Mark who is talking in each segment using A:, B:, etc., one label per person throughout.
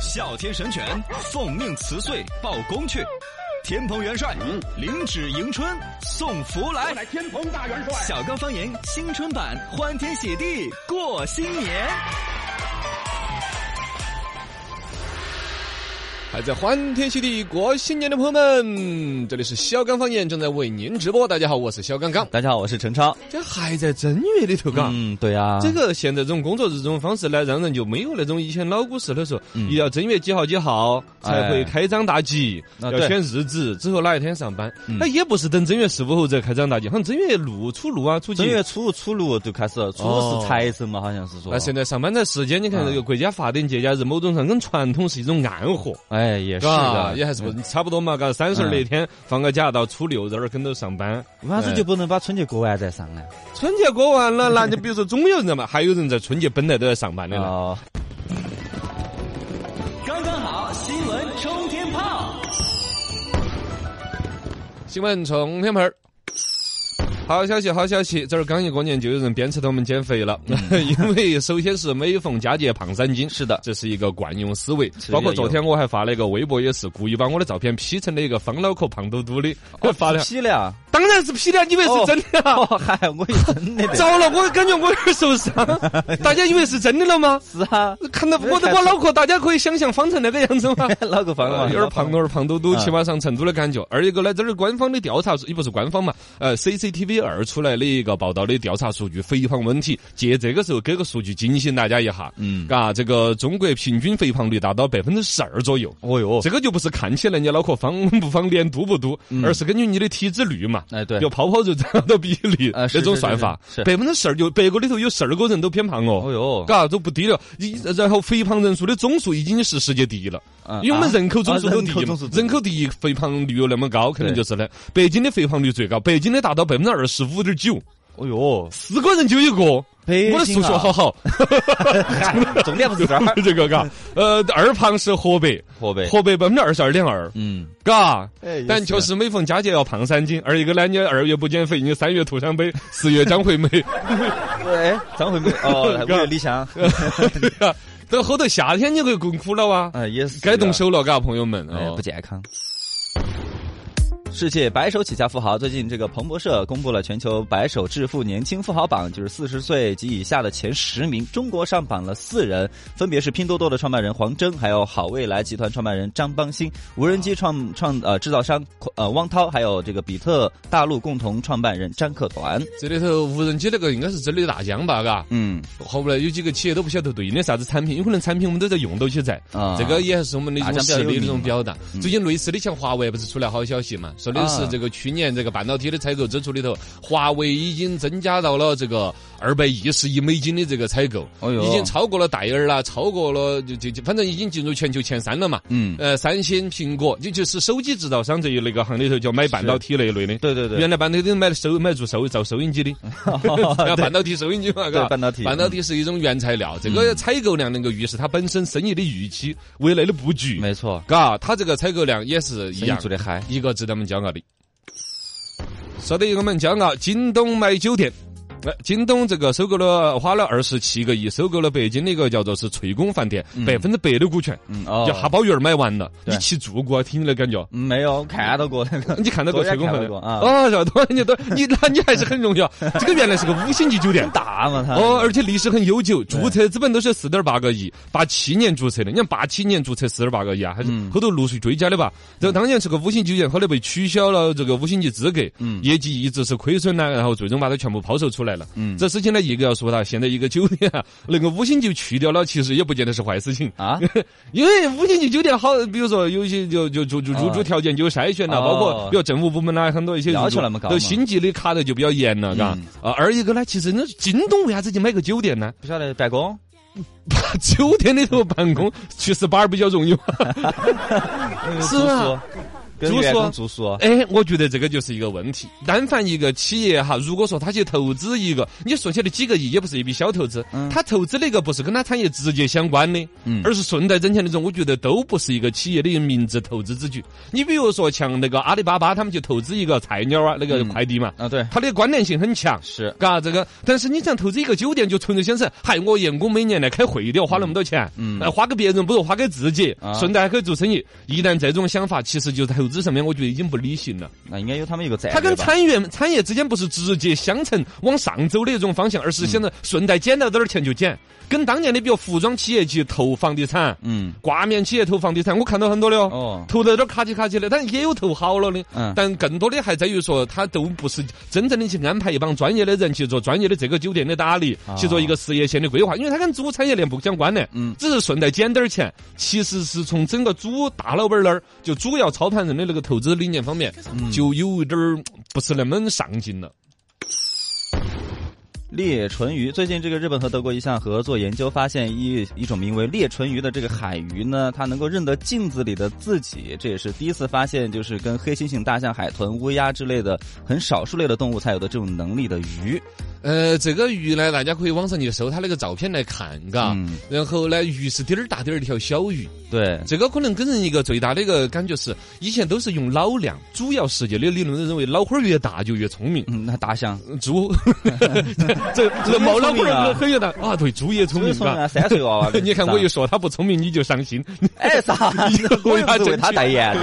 A: 哮天神犬奉命辞岁报功去，天蓬元帅
B: 嗯
A: 领旨迎春送福来。
C: 来天蓬大元帅。
A: 小刚方言新春版，欢天喜地过新年。
D: 还在欢天喜地过新年的朋友们，这里是小刚方言正在为您直播。大家好，我是小刚刚。
B: 大家好，我是陈超。
D: 这还在正月里头，嘎、
B: 嗯，对呀、
D: 这个现在这种工作日这种方式呢，让人就没有那种以前老古时的时候，
B: 嗯
D: 一到正月几号几号才会
B: 哎
D: 开张大吉，
B: 啊
D: 要
B: 对
D: 选日子，之后哪一天上班。
B: 嗯
D: 那、也不是等正月十五后再开张大吉，好像正月六初六啊初几。
B: 正月初五、初六就开始，初
D: 哦
B: 五是财神嘛，好像是说。
D: 那现在上班的时间，你看
B: 啊
D: 这个国家法定节假日，某种上跟传统是一种暗合，
B: 哎，也是
D: 吧
B: 的，嗯
D: 也还是不差不多嘛，嘎，三十儿那天放个假到初六，在那儿跟着上班。
B: 为啥子就不能把春节过完再上呢？
D: 春节过完了，那你比如说总有人嘛，还有人在春节本来都在上班的了。
B: 哦，
A: 刚刚好，新闻冲天炮。
D: 新闻冲天盆儿。好消息，好消息！这儿刚一过年，就有人鞭策他们减肥了， 因为首先是每逢佳节胖三斤，
B: 嗯是的
D: 这是一个惯用思维。
B: 是
D: 包括
B: 也
D: 昨
B: 有
D: 天我还发了一个微博，也是故意把我的照片 P 成了一个方脑壳胖嘟嘟的，还发了。
B: 批了，
D: 当然是 P 的，以为是真的啊！
B: 哦， 嗨，我也真 的得
D: 糟了，我感觉我有点受伤，大家以为是真的了吗？
B: 是啊，
D: 看到我的我脑壳，大家可以想象方成那个样子吗？
B: 老个方
D: 呃
B: 嘛，
D: 有点胖，有点胖嘟嘟，
B: 啊
D: 起码上成都的感觉。二一个呢，这儿官方的调查也不是官方嘛，呃，CCTV 二出来的一个报道的调查数据，肥胖问题，借这个时候给个数据警醒大家一下。
B: 嗯，
D: 啊，这个中国平均肥胖率达到百分之十二左右。
B: 哦哟，
D: 这个就不是看起来你脑壳方不方、脸嘟不嘟，而是根据你的体脂率嘛，
B: 嗯哎对
D: 就泡泡肉占到比例
B: 啊是
D: 那种
B: 是
D: 算
B: 是
D: 法，
B: 是
D: 百分之十二，就百个里头有十二个人都偏胖哦。
B: 哦哟，
D: 嘎都不低了，一然后肥胖人数的总数已经是世界第一了，
B: 嗯
D: 因为我们人口总数
B: 啊
D: 都第一
B: 人口
D: 嘛
B: 总数，第一
D: 人口第一，肥胖率又那么高，肯定就是的。北京的肥胖率最高，北京的达到百分之二十五点九，
B: 哦哟，
D: 四个人就一个。
B: 北京啊
D: 我的数学好， 好，
B: 嗨重点不是这儿，
D: 这个嘎，呃，二胖是河北，
B: 河北，
D: 河北百分之二十二点二，
B: 嗯，
D: 嘎
B: 哎也。
D: 但
B: 是
D: 就是每逢佳节要胖三斤，而一个呢，你二月不减肥，你三月徒伤悲，四月将会 美。
B: 哎，张 惠妹，哦，还
D: 嘎
B: 我有李湘，
D: 对啊到后头夏天你会更苦了哇，
B: 哎，也是
D: 该动
B: 啊
D: 手了，嘎，朋友们。
B: 哎，
D: 哦
B: 不健康。世界白手起家富豪，最近这个彭博社公布了全球白手致富年轻富豪榜，就是四十岁及以下的前十名。中国上榜了四人，分别是拼多多的创办人黄峥，还有好未来集团创办人张邦鑫，无人机创创呃制造商呃汪涛，还有这个比特大陆共同创办人张克团。
D: 这里头无人机那个应该是真的大疆吧，嘎。
B: 嗯
D: 后来有几个企业都不晓得对应的啥子产品，有可能产品我们都在用到起在。
B: 啊
D: 这个也还是我们的一种实力的一种表达。
B: 嗯
D: 最近类似的，像华为不是出来好消息嘛？说的是
B: 啊
D: 这个去年这个半导体的采购支出里头，华为已经增加到了这个二百一十亿美金的这个采购，
B: 哎呦
D: 已经超过了戴尔啦，超过了就就就反正已经进入全球前三了嘛。
B: 嗯，
D: 呃，三星、苹果，就就是手机制造商这一类个行里头，就买半导体那一类的。
B: 对对对
D: 原来半导体都买收买做收造收音机的， 啊半导体收音机嘛，嘎
B: 对半导体嗯
D: 半导体是一种原材料，这个采购量能够预示它本身生意的预期，未来的布局。
B: 没错，
D: 嘎，它这个采购量也是一
B: 生意
D: 样
B: 做，得嗨，
D: 一个值得我们骄傲的。说到一个我们骄傲，京东买酒店。呃，京东这个收购了，花了二十七个亿，收购了北京的一个叫做是翠宫饭店，百分之百的股权。
B: 嗯哦
D: 就哈包月儿买完了，
B: 对
D: 你去住过啊？听你的感 觉。
B: 嗯没有看到 过那个，
D: 你看到过
B: 昨
D: 翠
B: 天
D: 宫饭
B: 看
D: 店
B: 到过啊，
D: 哦，是吧？多你都你那你还是很荣耀。这个原来是个五星级酒店
B: 大嘛他
D: 哦，而且历史很悠久，注册资本都是四点八个亿，八七年注册的。你看八七年注册四点八个亿啊，还是后头陆续追加的吧？这当年是个五星级酒店，后来被取消了这个五星级资格，业绩一直是亏损呢，然后最终把它全部抛售出来了。这事情呢，一个要说它，现在一个酒店啊，那个五星级去掉了，其实也不见得是坏事情。
B: 啊，
D: 因为五星级酒店好，比如说有些就就入入入住
B: 啊
D: 条件就有筛选了，
B: 哦
D: 包括比如政府部门啦，啊很多一些
B: 要
D: 入
B: 求
D: 住
B: 那么高
D: 都
B: 嘛
D: 星级的卡的就比较严了，嘎、
B: 嗯
D: 啊，二一个呢，其实那京东为啥子去买个酒店呢？
B: 不晓得办公。
D: 把
B: 啊
D: 酒店里头办公去 SPA 比较容易嘛，是吧？
B: 跟员工住宿。
E: 哎，我觉得这个就是一个问题。但凡一个企业哈，如果说他去投资一个，你说起来几个亿也不是一笔小投资，他投资那个不是跟他产业直接相关的，而是顺带挣钱那种，我觉得都不是一个企业的明智投资之举。你比如说像那个阿里巴巴，他们去投资一个菜鸟啊，那个快递嘛，
B: 啊，对，
E: 它的关联性很强，
B: 是，
E: 嘎这个。但是你想投资一个酒店，就纯粹想是，嗨，我员工每年来开会的，花那么多钱，嗯，花给别人不如花给自己
B: 啊，
E: 顺带还可以做生意。一旦这种想法，其实就在投资上面，我觉得已经不理性了。
B: 那应该有他们一个战略
E: 它跟
B: 哎吧
E: 产业产业之间不是直接相乘往上走的一种方向，而是现
B: 嗯
E: 在顺带捡到点儿钱就捡，跟当年的比如服装企业去投房地产，
B: 嗯
E: 挂面企业投房地产，我看到很多的哦。
B: 哦，
E: 投到点儿卡起卡起的，但也有投好了的，
B: 嗯
E: 但更多的还在于说，他都不是真正的去安排一帮专业的人去做专业的这个酒店的打理，
B: 啊
E: 去做一个事业线的规划，因为它跟主产业链不相关的，
B: 嗯
E: 只是顺带捡点儿钱，其实是从整个主大老板儿那儿，就主要操盘人的那个投资理念方面，
B: 嗯
E: 就有一点儿不是那么上进了。
B: 裂唇鱼。最近这个日本和德国一项合作研究发现一，一种名为裂唇鱼的这个海鱼呢，它能够认得镜子里的自己，这也是第一次发现，就是跟黑猩猩、大象、海豚、乌鸦之类的很少数类的动物才有的这种能力的鱼。
D: 呃，这个鱼呢，大家可以网上去搜它那个照片来看，嘎。
B: 嗯
D: 然后呢，鱼是点儿大点儿一条小鱼，
B: 对，
D: 这个可能给人一个最大的一个感觉是，以前都是用脑量，主要世界的理论认为脑花儿越大就越聪明。
B: 嗯，那大象
D: 猪，
E: 这这毛脑
B: 聪明啊
E: 瓜很有的啊，对，猪也聪
B: 所以
E: 明
B: 说
E: 啊。，
B: 呢，三岁娃 娃
E: 你看我一说他不聪明，你就伤心。
B: 哎啥，我也不是为他代言，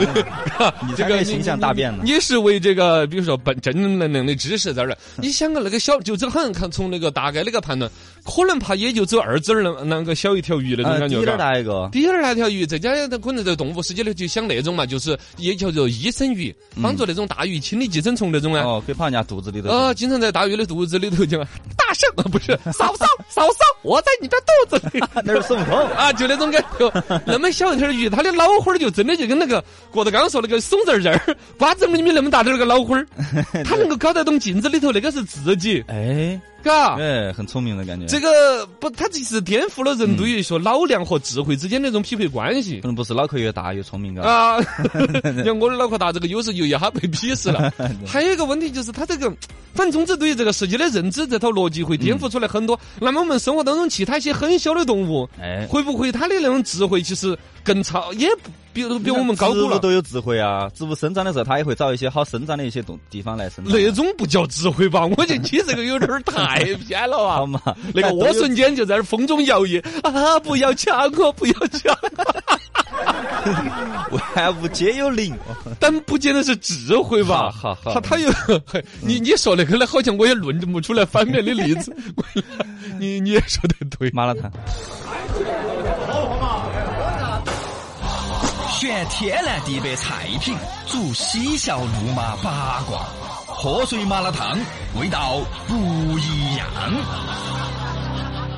B: 你
E: 这
B: 这
E: 个
B: 个形象大变了。
D: 也是为 这个，比如说本正能量的知识 在这儿。你想啊，那个小，就这好像看从那个大概那个判断，可能怕也就只有二指儿那那个小一条 鱼那种
B: 呃，
D: 感
B: 第
D: 觉。
B: 一
D: 嘎
B: 点大一个，
D: 第二那条鱼，再加上可能在动物世界里就想那种嘛，就是也叫做益生鱼，帮助那种大鱼清理寄生虫那种啊。
B: 嗯哦，可以泡人家肚子里头。
D: 呃，经常在大鱼的肚子里头讲大圣， 不是嫂嫂嫂嫂，我在你的肚子里。
B: 那是孙 悟空。
D: 啊，就那种感觉，那么小一条鱼，它的脑花儿就真的就跟那个郭德纲说那个怂子仁儿，瓜子里面那么大点儿个脑花 儿，它能够搞得懂镜子里头那个是自己，
B: 哎，
D: 嘎。
B: 对，很聪明的感觉。
D: 啊这个不，它只是颠覆了人对于说脑量和智慧之间的那种匹配关系。
B: 可能不是脑壳越大越聪明啊。
D: 啊， 你看我的脑壳大，这个有时候就一下被鄙视了。还有一个问题就是，他这个，反正总之对于这个世界的认知这套逻辑会颠覆出来很
B: 嗯
D: 多。那么我们生活当中其他一些很小的动物，
B: 哎，
D: 会不会它的那种智慧其实更超，也不比比我们高估
B: 植物
D: 了？
B: 都有智慧啊，植物生长的时候，它也会找一些好生长的一些东地方来生长。
D: 那种不叫智慧吧？ 我觉得你这个有点儿太偏了
B: 好
D: 啊！
B: 嘛， 哎
D: 那个莴笋尖就在那儿风中摇曳啊！不要掐我，不要掐我！
B: 万物皆有 灵。
D: 但不见得是智慧吧？
B: 好好
D: 他他有， 嘿
B: 嗯
D: 你你说那个呢，好像我也论证不出来反面的例 子。 我你你也说的对，
B: 麻辣烫，
A: 选天南地北菜品，煮嬉笑怒骂八卦，河水麻辣烫味道不一样。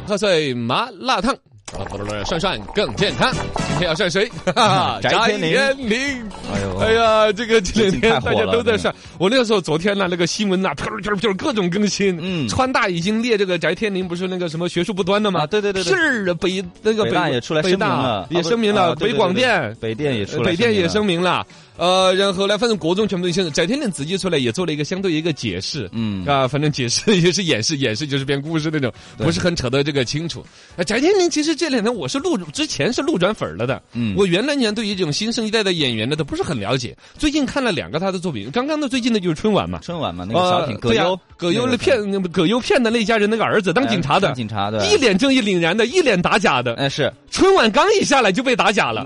D: 喝水麻辣烫，啊涮涮更健康，不要涮水， 哈哈
B: 嗯翟天临
D: 天临。
B: 哎呦，
D: 哎，呀，这个这
B: 最
D: 两
B: 近
D: 天
B: 太火
D: 大家
B: 了嗯
D: 都在
B: 真
D: 上，我那个时候昨天呢，那个新闻呐，飘飘飘各种更新。
B: 嗯
D: 川大已经列这个翟天临不是那个什么学术不端的吗？
B: 啊对对对对
D: 是儿北那个
B: 北大也出来
D: 北
B: 声明
D: 大
B: 了，
D: 也
B: 啊不
D: 声明
B: 啊
D: 了，
B: 对对
D: 北广
B: 对对
D: 电。
B: 北电也出
D: 呃
B: 来，
D: 北电也声。明了，呃，然后呢，反正各种全部都现，翟天临自己出来也做了一个相对一个解释，
B: 嗯
D: 啊，反正解释也是演示，演示就是编故事那种，
B: 对
D: 不是很扯得这个清楚。呃翟天临其实这两天我是路之前是路转粉儿了的，
B: 嗯
D: 我原来呢对于这种新生一代的演员呢都不是很了解，最近看了两个他的作品，刚刚的最近的就是春晚嘛，
B: 春晚嘛，那个小品
D: 呃
B: 葛
D: 对呀
B: 优，
D: 葛优
B: 那
D: 的
B: 个
D: 骗葛优骗的那家人那个儿子当警察
B: 哎
D: 的，
B: 警察的，
D: 一脸正义凛然的，一脸打假的，
B: 哎是
D: 春晚刚一下来就被打假 了，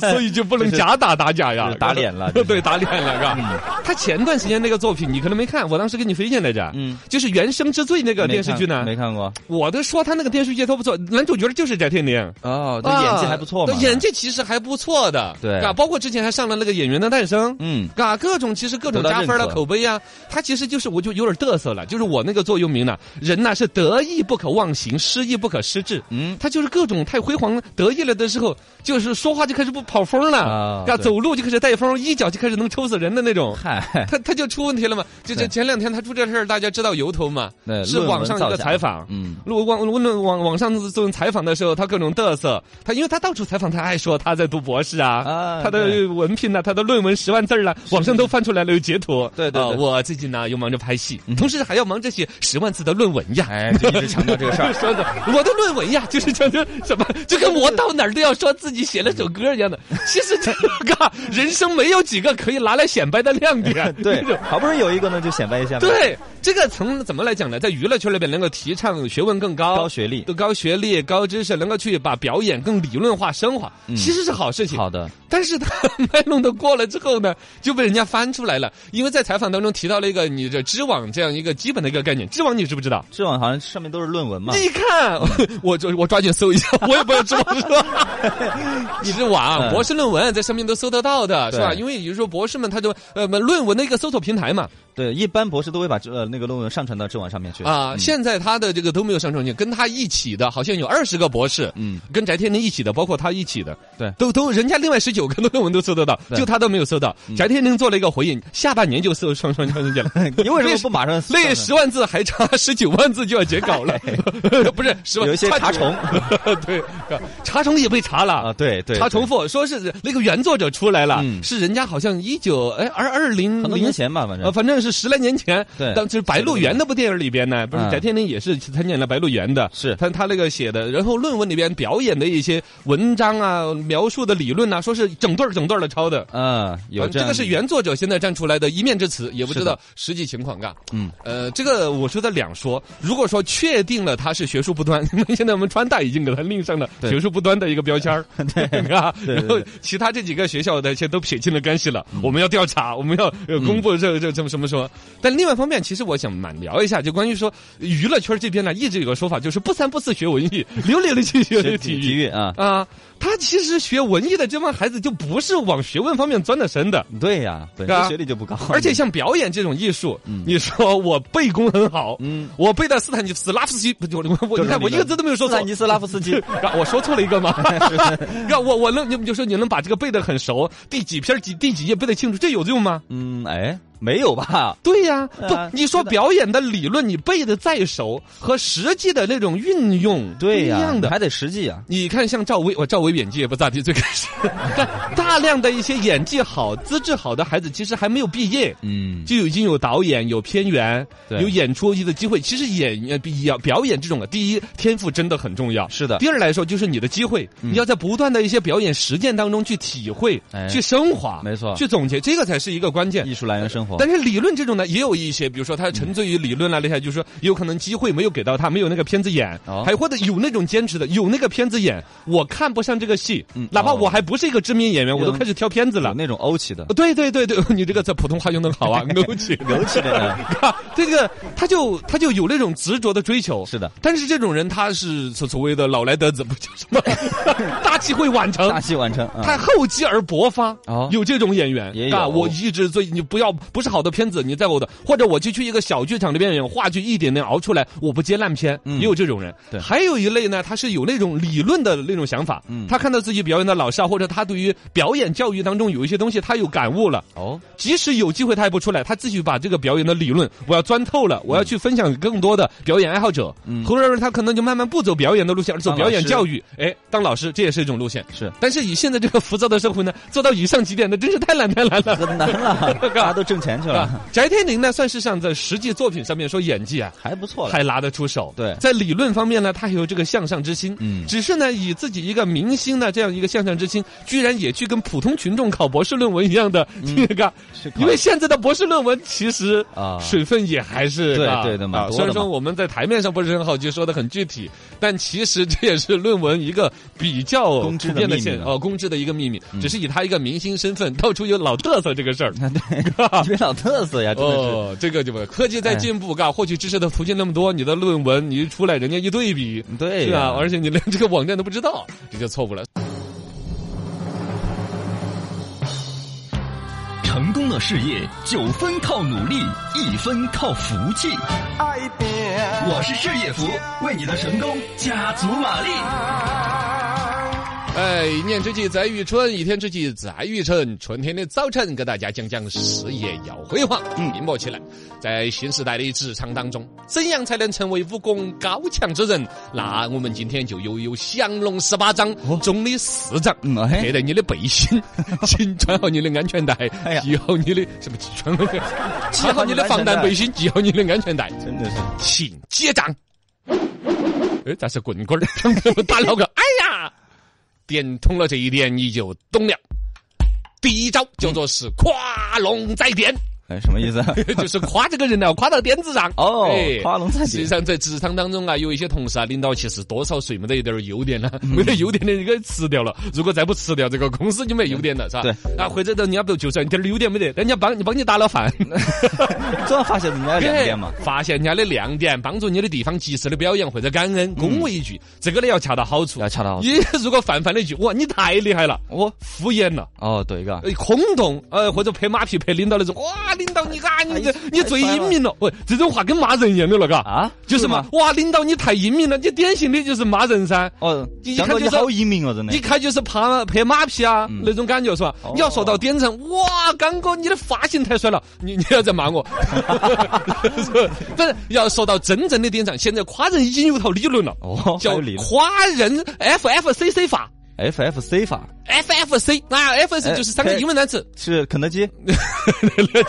D: 所以就不能假打打假
B: 就
D: 呀
B: 是，嗯打脸了
D: 对，打脸了，是吧？他前段时间那个作品你可能没看，我当时给你推荐来着，
B: 嗯，
D: 就是《原生之罪》那个
B: 没
D: 电视
B: 看
D: 剧呢
B: 没，看过
D: 我都说他那个电视剧都不错，男主角就是翟天临。
B: 哦，这演技还不错嘛，
D: 啊演技其实还不错的，
B: 对
D: 啊，包括之前还上了那个《演员的诞生》，
B: 嗯
D: 啊，各种其实各种
B: 得到
D: 加分
B: 认
D: 了
B: 可
D: 口碑啊，他其实就是我就有点嘚瑟了，就是我那个座右铭呢，人呐、是得意不可忘形，失意不可失志，
B: 嗯
D: 他就是各种太辉煌得意了的时候，就是说话就开始不跑风了
B: 啊，
D: 嘎、
B: 对
D: 走路就开始带风，一脚就开始能抽死人的那 种。
B: 嗨，
D: 他他就出问题了嘛？就
B: 对
D: 就前两天他出这事儿，大家知道由头嘛
B: 对？
D: 是网上一个采访，
B: 嗯，
D: 如果网问网网上这种采访的时候，他各种嘚瑟，他因为他到处采访，他爱说他在读博士啊，
B: 啊
D: 他的
B: 对
D: 文凭呢、他的论文十万字 儿了，网上都翻出来了，有截图。
B: 对对
D: 啊
B: 对
D: 我最近呢又忙着拍戏，同时还要忙着写十万字的论文呀。。
B: 哎，就一直强调这个事儿
D: 说的我的论文呀，就是讲的什么，就跟我到哪儿都要说自己写了首歌一样的。其实这个人生没有几个可以拿来显摆的亮点，
B: 对
D: 这种，
B: 好不容易有一个呢，就显摆一下嘛。
D: 对，这个从怎么来讲呢？在娱乐圈里边能够提倡学问更高、
B: 高学历
D: 都高学历、高知识，能够去把表演更理论化、深化，其实是好事情。
B: 好的，
D: 但是他卖弄的过了之后呢，就被人家翻出来了，因为在采访当中提到了一个你这知网这样一个基本的一个概念，知网你知不知道？
B: 这网好像上面都是论文嘛。
D: 你看， 我就我抓紧搜一 下，我也不要知网是吧？你知网
B: 嗯
D: 啊博士论文在上面都搜得到的，是吧？
B: 对
D: 因为有时候博士们他就呃论文的一个搜索平台嘛，
B: 对，一般博士都会把这呃那个论文上传到知网上面去
D: 啊、
B: 嗯
D: 现在他的这个都没有上传去，跟他一起的好像有二十个博士，
B: 嗯
D: 嗯，跟翟天临一起的，包括他一起的，
B: 对
D: 都都人家另外十九个论文都搜得到，
B: 对嗯
D: 就他都没有搜到。翟天临做了一个回应，下半年就搜上上上上去了。
B: 你为什么不马上
D: 那
B: 上
D: 十万字还差十九万字就要截稿了， 不是十万，
B: 哎有一些查重，
D: 对，查重也被查了
B: 啊？对对，
D: 查重复说是那个原作者出来了，
B: 嗯
D: 是人家好像一九哎二二零
B: 很多
D: 零
B: 年前吧，反
D: 呃，
B: 正
D: 反正是十来年前，
B: 对
D: 当时《白鹿原》那部电影里边呢，不是
B: 嗯
D: 翟天临也是参演了《白鹿原》的，
B: 是
D: 他他那个写的，然后论文里边表演的一些文章啊、描述的理论呐、啊说是整段儿整段的抄的。
B: 嗯，有
D: 呃这
B: 样
D: 个是原作者现在站出来的一面之词，也不知道实际情况，嘎。
B: 嗯，
D: 呃，这个我觉得两说。如果说确定了他是学术不端， 那现在我们川大已经给他另上了
B: 对
D: 学术不端的一个标签儿， 对吧？
B: 对对嗯
D: 然后
B: 对
D: 其他这几个学校的现在都撇清了干系了，我们要调查，我们要呃公布这这这么什么说。
B: 嗯
D: 但另外一方面，其实我想满聊一下，就关于说娱乐圈这边呢，一直有个说法，就是不三不四学文艺，流里流气学
B: 体
D: 体
B: 体
D: 育
B: 育啊，
D: 啊。他其实学文艺的这帮孩子就不是往学问方面钻的深的，
B: 对呀，本身
D: 啊
B: 学历就不高，
D: 而且像表演这种艺术，你说我背功很好，
B: 嗯
D: 我背的斯坦尼斯拉夫斯基， 不就我我你看我一个字都没有说
B: 斯
D: 错
B: 坦。尼斯拉夫斯基
D: 啊 我说错了一 个吗？让我我能你们就说你能把这个背得很熟，第几篇几第几页背得清楚，这有用吗？
B: 嗯，哎，没有吧？
D: 对呀、
B: 对啊
D: 不，你说
B: 是的
D: 表演的理论你背得再熟，和实际的那种运用
B: 对呀，
D: 不一样的。
B: 还得实际啊。
D: 你看，像赵薇，我赵薇演技也不咋地，最开 始，但大量的一些演技好、资质好的孩子，其实还没有毕业，
B: 嗯，
D: 就已经有导演、有片源、
B: 对
D: 有演出的机会。其实演呃表表演这种啊，第一天赋真的很重要。
B: 是的嗯
D: 第二来说就是你的机会，你要在不断的一些表演实践当中去体会、
B: 哎
D: 去升华，
B: 没错
D: 去总结，这个才是一个关键
B: 艺。术来源生活。
D: 但是理论这种呢，也有一些，比如说他沉醉于理论了，那些就是说有可能机会没有给到他，没有那个片子演，
B: 哦
D: 还或者有那种坚持的，有那个片子演，我看不上这个戏，
B: 嗯
D: 哪怕
B: 哦
D: 我还不是一个知名演员，我都
B: 有
D: 开始挑片子
B: 有
D: 了。
B: 那种欧气的，
D: 对对对对， 你这个在普通话用的 好啊，牛起
B: 欧气的呢，
D: 这个他就他就有那种执着的追求，
B: 是的。
D: 但是这种人他是所所谓的老来得子，不叫什 么大器会晚成
B: 大。器晚成。嗯
D: 他厚积而薄发，
B: 哦
D: 有这种演员
B: 也有
D: 啊！我一直最你不要不是好的片子，你在我的，或者我就去一个小剧场里边演话剧，一点点熬出来，我不接烂片，也有这种人。
B: 嗯对
D: 还有一类呢，他是有那种理论的那种想法，他看到自己表演的老师啊，或者他对于表演教育当中有一些东西，他有感悟了，
B: 哦，
D: 即使有机会他也不出来，他继续把这个表演的理论，我要钻透了，我要去分享给更多的表演爱好者。
B: 嗯
D: 很多人他可能就慢慢不走表演的路线，而走
B: 当老
D: 表演
B: 师
D: 教育。哎，当老师这也是一种路线。
B: 是
D: 但是以现在这个浮躁的社会呢，做到以上几点呢，真是太难太难 了。
B: 很难了，大家都挣钱去了，
D: 啊，翟天临呢，算是上在实际作品上面说演技啊，
B: 还不错了。
D: 还拿得出手。
B: 对
D: 在理论方面呢，他还有这个向上之心。
B: 嗯
D: 只是呢，以自己一个明星的这样一个向上之心，居然也去跟普通群众考博士论文一样的这个，
B: 嗯是考
D: 因为现在的博士论文其实
B: 啊
D: 水分也还是
B: 对
D: 啊
B: 对的蛮
D: 啊
B: 多的
D: 虽然
B: 嘛
D: 说我们在台面上不是很好，就说的很具体，但其实这也是论文一个比较
B: 公知
D: 普
B: 的
D: 遍的
B: 秘密啊
D: 现
B: 了
D: 哦公知的一个秘密，只是以他一个明星身 份到处有老嘚瑟这个事儿。
B: 因为老特色呀，真的是。哎
D: 哦，这个就不科技在进步，嘎，获取知识的途径那么多，你的论文你一出来，人家一对比，
B: 嗯对
D: 是
B: 呀
D: 吧？而且你连这个网站都不知道，这就错误了。
A: 成功的事业九分靠努力，一分靠福气。我是事业福，为你的成功加足马力。
D: 哎，一年之计在于春，一天之计在于晨。春天的早晨，给大家讲讲事业要辉煌，拼搏起来。在新时代的职场当中，怎样才能成为武功高强之人？那我们今天就又有降龙十八掌
B: 哦
D: 中的四掌，
B: 嗯哎
D: 佩戴你的背 心，请穿好你的安全带
B: 哎呀，
D: 系好你的什么系穿，系好你的防弹背心，系好你的安全带。
B: 真的是
D: 请结账。哎，咋是滚棍儿？ 大老哥，哎呀，点通了这一点，你就懂了。第一招叫做是夸龙在 点，
B: 哎什么意思？
D: 就是夸这个人呢，啊夸到点子上。
B: 哦
D: 哎
B: 夸 龙在点
D: 实际上，在职场当中啊，有一些同事啊，领导其实多少谁没得一点儿优点 呢、没得优点的人给辞掉了。如果再不辞掉，这个公司就没优点了，是吧？
B: 对。
D: 啊，或者人家不就算一点儿优点没得，人家帮你帮你打了 饭。
B: 总要发现人家的亮点嘛。
D: 发现人家的亮点，帮助你的地方及时的表扬或者感恩，恭维一句，这个呢要恰到好处。
B: 嗯要恰到好处
D: 你如果泛泛的一句，哇，你太厉害了，
B: 我
D: 敷衍了。
B: 哦，对个，
D: 呃空洞，呃，或者拍马屁拍领导那种，哇，领导你啊，
B: 哎
D: 你这你最英明了，喂，这种话跟骂人一样的了，嘎，
B: 啊
D: 就是嘛
B: 是吗，
D: 哇，领导你太英明了，你典型的就是骂人噻，
B: 哦，
D: 你
B: 强
D: 看
B: 哥
D: 就
B: 你
D: 是
B: 好英明哦，真的
D: 一。看就是拍拍马屁啊、
B: 嗯
D: 那种感觉是吧？
B: 哦
D: 你要说到点上，哇，刚哥你的发型太帅了， 你你要在骂我，是吧不是要说到真正的点上，现在夸人已经有套理论了，
B: 哦，还
D: 叫
B: 有理论
D: 夸人 FFCC 法。
B: FFC 法
D: FFC，那
B: 呃
D: FFC 啊就是三个英文单词，
B: 是肯德基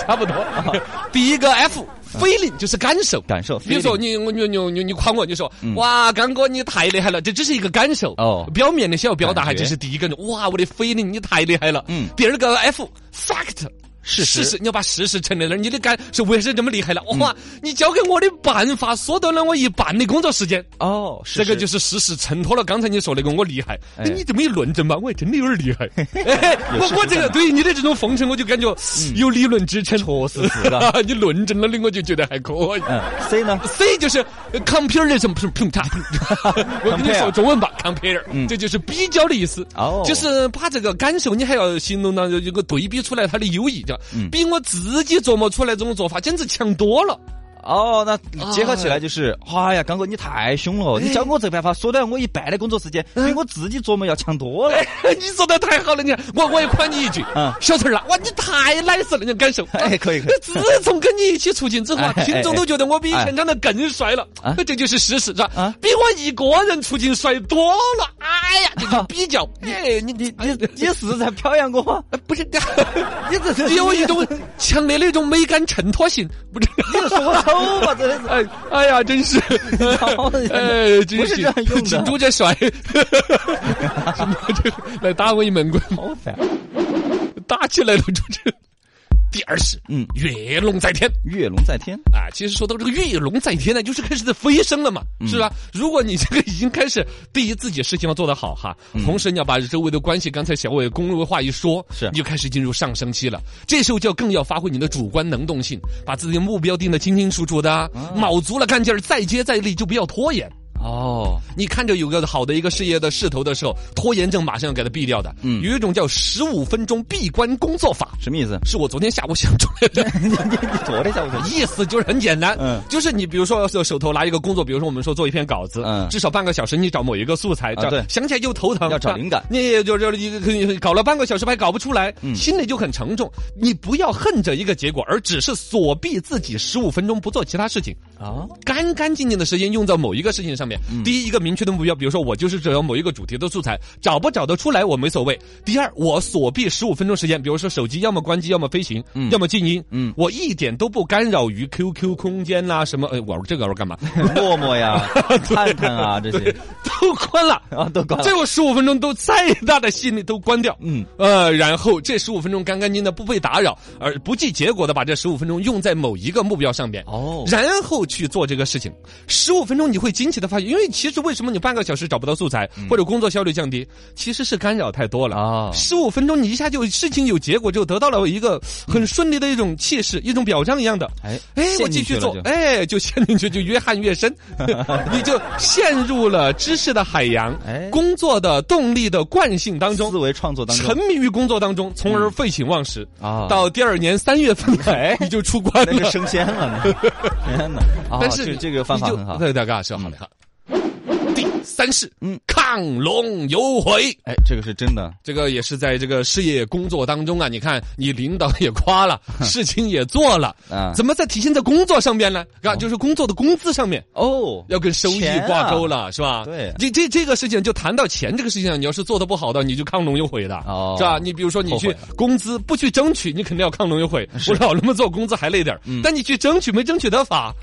D: 差不多。
B: 哦
D: 第一个 F feeling
B: 嗯
D: 就是感受，
B: 感受
D: 比如说
B: feeling
D: 你我你你你你夸我，你说哇，刚哥你太厉害了，这只是一个感受
B: 嗯哦
D: 表面的小表达，
B: 感
D: 还
B: 觉
D: 只是第一个哇，我的 feeling 你太厉害了。
B: 嗯
D: 第二个 F fact。
B: 事实嗯
D: 事实，你要把事实承认了，你的感受为什么这么厉害了？哇，你教给我的办法缩短了我一半的工作时间，
B: 哦，
D: 这个就是是事实衬托了刚才你说那个我厉害，那
B: 哎
D: 你这么一论证吧，我还真的有点厉 害。哎
B: 有
D: 我
B: 事实嗯
D: 我这个
B: 在嘛
D: 对于你的这种奉承，我就感觉有理论支撑，确实
B: 是的
D: 你论证了的，我就觉得还可以。
B: 嗯 C 呢
D: C 就是呃 compare 什么什么什么差， 我跟你
B: Compare
D: 说中文吧，compare，这就是比较的意思。
B: 啊嗯哦
D: 就是把这个感受，你还要形容到有个对比出来它的优异，叫
B: 嗯
D: 比我自己琢磨出来这种做法简直强多 了。
B: 哦，那结合起来就是，哎呀，刚哥你太凶了，你教我这个办法，缩短我一半的工作时间，比我自己琢磨要强多了。
D: 你说的太好了，你看我我也夸你一句，
B: 嗯
D: 小陈儿啊，哇，你太 nice 了，你感受。
B: 哎可以可以
D: 自从跟你一起出镜之后啊，
B: 哎哎
D: 听众都觉得我比以前长得更帅了
B: 哎，
D: 这就是事实，是吧
B: 啊？
D: 比我一个人出镜帅多了。哎呀，就是比较，哎，你你
B: 啊你你是在表扬我吗？
D: 不是，
B: 你这是
D: 有一种强烈的一种美感衬托性，不是？
B: 你是说我丑吧？真的是。
D: 哎哎呀，真是，
B: 好的
D: 哎，真
B: 不是这样用的
D: 只读 着帅，什么这来打我一闷棍。
B: 好烦，
D: 打起来了，主持人。第二是，嗯
B: 嗯，
D: 跃龙在天
B: 跃龙在天，
D: 啊！其实说到这个跃龙在天呢，就是开始在飞升了嘛，
B: 嗯
D: 是吧？如果你这个已经开始，第一自己事情要做得好哈，
B: 嗯
D: 同时你要把周围的关系，刚才小伟公路话一说，
B: 是
D: 你就开始进入上升期了。这时候就要更要发挥你的主观能动性，把自己的目标定得清清楚楚的啊，卯足了干劲儿，再接再厉，就不要拖延。
B: 哦，
D: 你看着有个好的一个事业的势头的时候，拖延症马上要给它毙掉的。
B: 嗯
D: 有一种叫十五分钟闭关工作法，？
B: 什么意思
D: 是我昨天下午想出来 的。
B: 你你你躲了一下我说，
D: 意思就是很简单，
B: 嗯
D: 就是你比如说手手头拿一个工作，比如说我们说做一篇稿子，
B: 嗯
D: 至少半个小时你找某一个素材，
B: 啊
D: 找、
B: 对
D: 想起来就头疼，
B: 要找
D: 是吧
B: 灵感 嗯
D: 你就就你搞了半个小时还搞不出来，心里就很沉重。你不要恨着一个结果，而只是锁闭自己十五分钟不做其他事情。
B: 啊，嗯
D: 干干净净的时间用到某一个事情上面。第一，一个明确的目标，比如说我就是只要某一个主题的素材，找不找得出来我没所谓。第二，我锁闭十五分钟时间，比如说手机要么关机，要么飞行，要么静音。
B: 嗯
D: 我一点都不干扰于 QQ 空间啦、什么，呃，玩这个玩干嘛？
B: 默默 呀，探探啊这些
D: 都关了。
B: 啊都关了
D: 这，我十五分钟都再大的吸引力都关掉，
B: 嗯，
D: 呃，然后这十五分钟干干净的不被打扰，而不计结果的把这十五分钟用在某一个目标上面，
B: 哦
D: 然后去做这个事情。十五分钟你会惊奇的发现，因为其实为什么你半个小时找不到素材、
B: 嗯
D: 或者工作效率降低，其实是干扰太多了
B: 啊
D: 十五分钟你一下就事情有结果，就得到了一个很顺利的一种气势，一种表彰一样的。
B: 嗯哎
D: 哎，我
B: 陷
D: 继
B: 进去
D: 续
B: 了
D: 做
B: 就，
D: 哎，就陷进去，就越陷越 深，你就陷入了知识的海洋，
B: 哎
D: 工作的动力的惯性当中
B: 思。维创作当
D: 沉
B: 中
D: 迷于工作当中，从而废寝忘食
B: 啊
D: 到第二年三月 份，哎，你就出关
B: 那就
D: 了。
B: 升仙 了呢，天哪！啊
D: 但是
B: 这
D: 你
B: 这个方法
D: 你就哎
B: 很好，
D: 对，大哥是好的。好第三世，
B: 嗯
D: 嗯，亢龙有悔。
B: 哎，这个是真的，
D: 这个也是在这个事业工作当中啊， 你看你领导也夸 了，事情也做了，
B: 啊
D: 怎么在体现在工作上面呢？啊，就是工作的工资上面。
B: 哦，
D: 要跟收益
B: 钱啊
D: 挂钩了，是吧？
B: 对
D: 这这这个事情就谈到钱这个事情上，你要是做的不好的，你就亢龙有悔的，
B: 哦
D: 是吧？你比如说你
B: 后悔
D: 去工资不去争取，你肯定要亢龙有悔。我老那么做，工资还累点儿
B: 嗯
D: 但你去争取没争取得 法，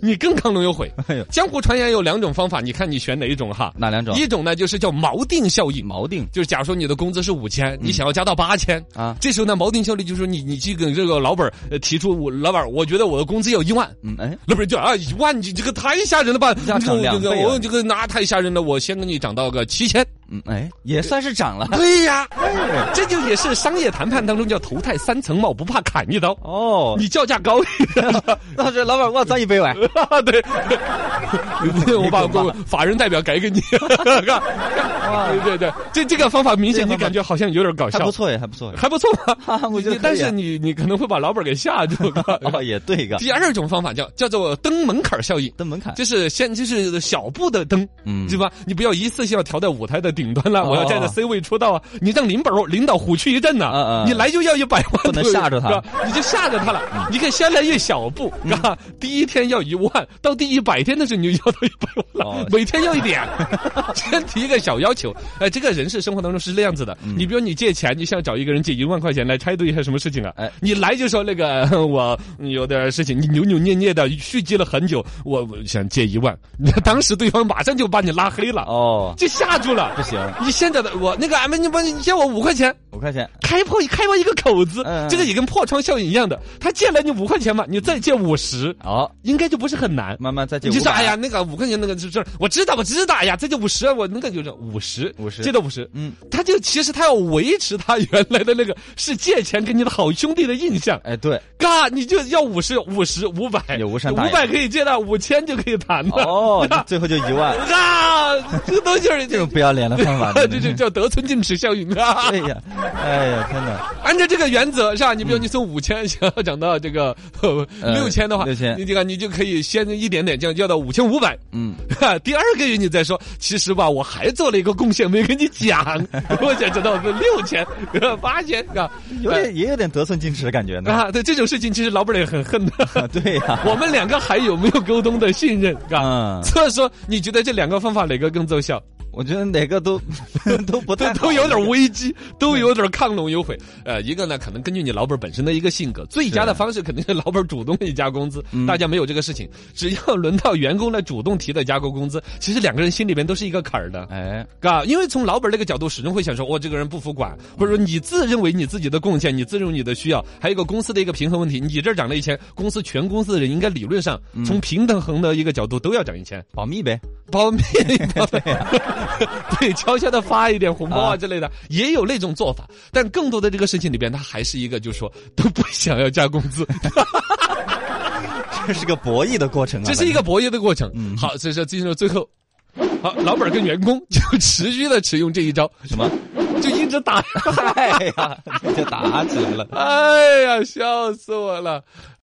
D: 你更亢龙有悔
B: 哎呦。
D: 江湖传言有两种方法，你看你选哪一种哈？
B: 哪两种
D: 一种呢就是叫锚定效应，
B: 锚定
D: 就是假如说你的工资是五千，你想要加到八千
B: 啊
D: 嗯啊，这时候呢锚定效应就是说你你去跟这个老板儿呃提出我老板儿，我觉得我的工资要一万，
B: 嗯，哎，
D: 那不是就啊一万，你这个太吓人了吧？
B: 价涨两倍啊
D: 我我这个那太吓人了，我先给你涨到个七千。
B: 嗯，哎，也算是涨了。
D: 对呀、这就也是商业谈判当中叫头戴三层帽，不怕砍一刀。
B: 哦，
D: 你叫价高一点，
B: 那这老板我咱一杯 碗，
D: 对，我把我法人代表改给你， 对对对，这这个方法明显你感觉好像有点搞
B: 还
D: 笑
B: 不，错哎，还不错哎。。
D: 还不错嘛
B: 我觉得可以啊
D: 你但是你你可能会把老板给吓住。
B: 哦，也对个，
D: 第二种方法叫叫做登门槛效应。
B: 登门槛，
D: 就是先就是小步的登，
B: 嗯
D: 对吧？你不要一次性要调到舞台的顶端了，我要站在
B: 哦
D: C 位出道啊！你让领导领导虎躯一震呐、
B: 嗯嗯
D: 你来就要一百万，
B: 不能吓着他嗯
D: 是吧，你就吓着他了。你可以先来一小步，是吧？第一天要一万，到第一百天的时候你就要到一百万了，
B: 哦
D: 每天要一 点，先提一个小要求。哎，这个人是生活当中是这样子的，
B: 嗯
D: 你比如你借钱，你想找一个人借一万块钱来拆对一下什么事情啊？
B: 哎
D: 你来就说那个我有点事情，你扭扭捏捏的蓄积了很久，我我想借一万， 你看当时对方马上就把你拉黑了，
B: 哦，
D: 就吓住了，
B: 不行
D: 你现在的我那个俺们你帮你借我五块钱，
B: 五块钱，
D: 开破开挖一个口子
B: 嗯嗯，
D: 这个也跟破窗效应一样的，他借了你五块钱嘛，你再借五十，
B: 哦，
D: 应该就不是很难。
B: 慢慢再借
D: 你就
B: 五
D: 说哎
B: 百
D: 呀，，那个五块钱那个是这，我知道我知道，哎呀，这就五十，我那个就是五十，
B: 50
D: 借到五十，
B: 嗯
D: 嗯，他就其实他要维持他原来的那个是借钱给你的好兄弟的印象，
B: 哎，对，
D: 嘎，你就要五十、五十、五百，
B: 有无
D: 五
B: 伤大雅
D: 百可以借到五千就可以谈了，
B: 哦，最后就一万，
D: 啊，这个东西 儿
B: 这种不要脸的方法，
D: 这 就叫得寸进尺效应啊！
B: 对呀，哎呀，天哪，
D: 按照这个原则是吧？你比如你从五千 想要涨到这个
B: 嗯呃
D: 六千的话，
B: 6000
D: 你这个你就可以先一点点降，降到五千五百。
B: 嗯，
D: 哈 第二个月你再说，其实吧，我还做了一个贡献没跟你 讲，我想知道六千、八千啊，
B: 有点也有点得寸进尺的感觉 呢，
D: 啊，对这种事情，其实老板也很恨的。
B: 对呀，
D: 我们两个还有没有沟通的信任？ 啊
B: 嗯，
D: 所以说，你觉得这两个方法哪个更奏效？
B: 我觉得哪个都 都不
D: 都
B: 太好
D: 都有点危机，都有点亢龙有悔。呃，一个呢，可能根据你老板本身的一个性格，最佳的方式肯定是老板主动地加工资，大家没有这个事情。只要轮到员工来主动提的加个工资，其实两个人心里边都是一个坎儿的。
B: 哎，
D: 啊，因为从老板那个角度，始终会想说，我、这个人不服管，或者说你自认为你自己的贡献，你自认为你的需要，还有一个公司的一个平衡问题。你这儿涨了一千，公司全公司的人应该理论上从平等衡的一个角度都要涨一千，
B: 保密呗，
D: 包面包的，对，悄悄的发一点红包啊之类的，也有那种做法。但更多的这个事情里边，他还是一个，就是说都不想要加工资，
B: 这是个博弈的过程啊，
D: 这是一个博弈的过程。好，所以说进入最后。好，老板跟员工就持续的使用这一招，
B: 什么？
D: 就一直打。
B: 哎呀，就打起来了。
D: 哎呀，笑死我了！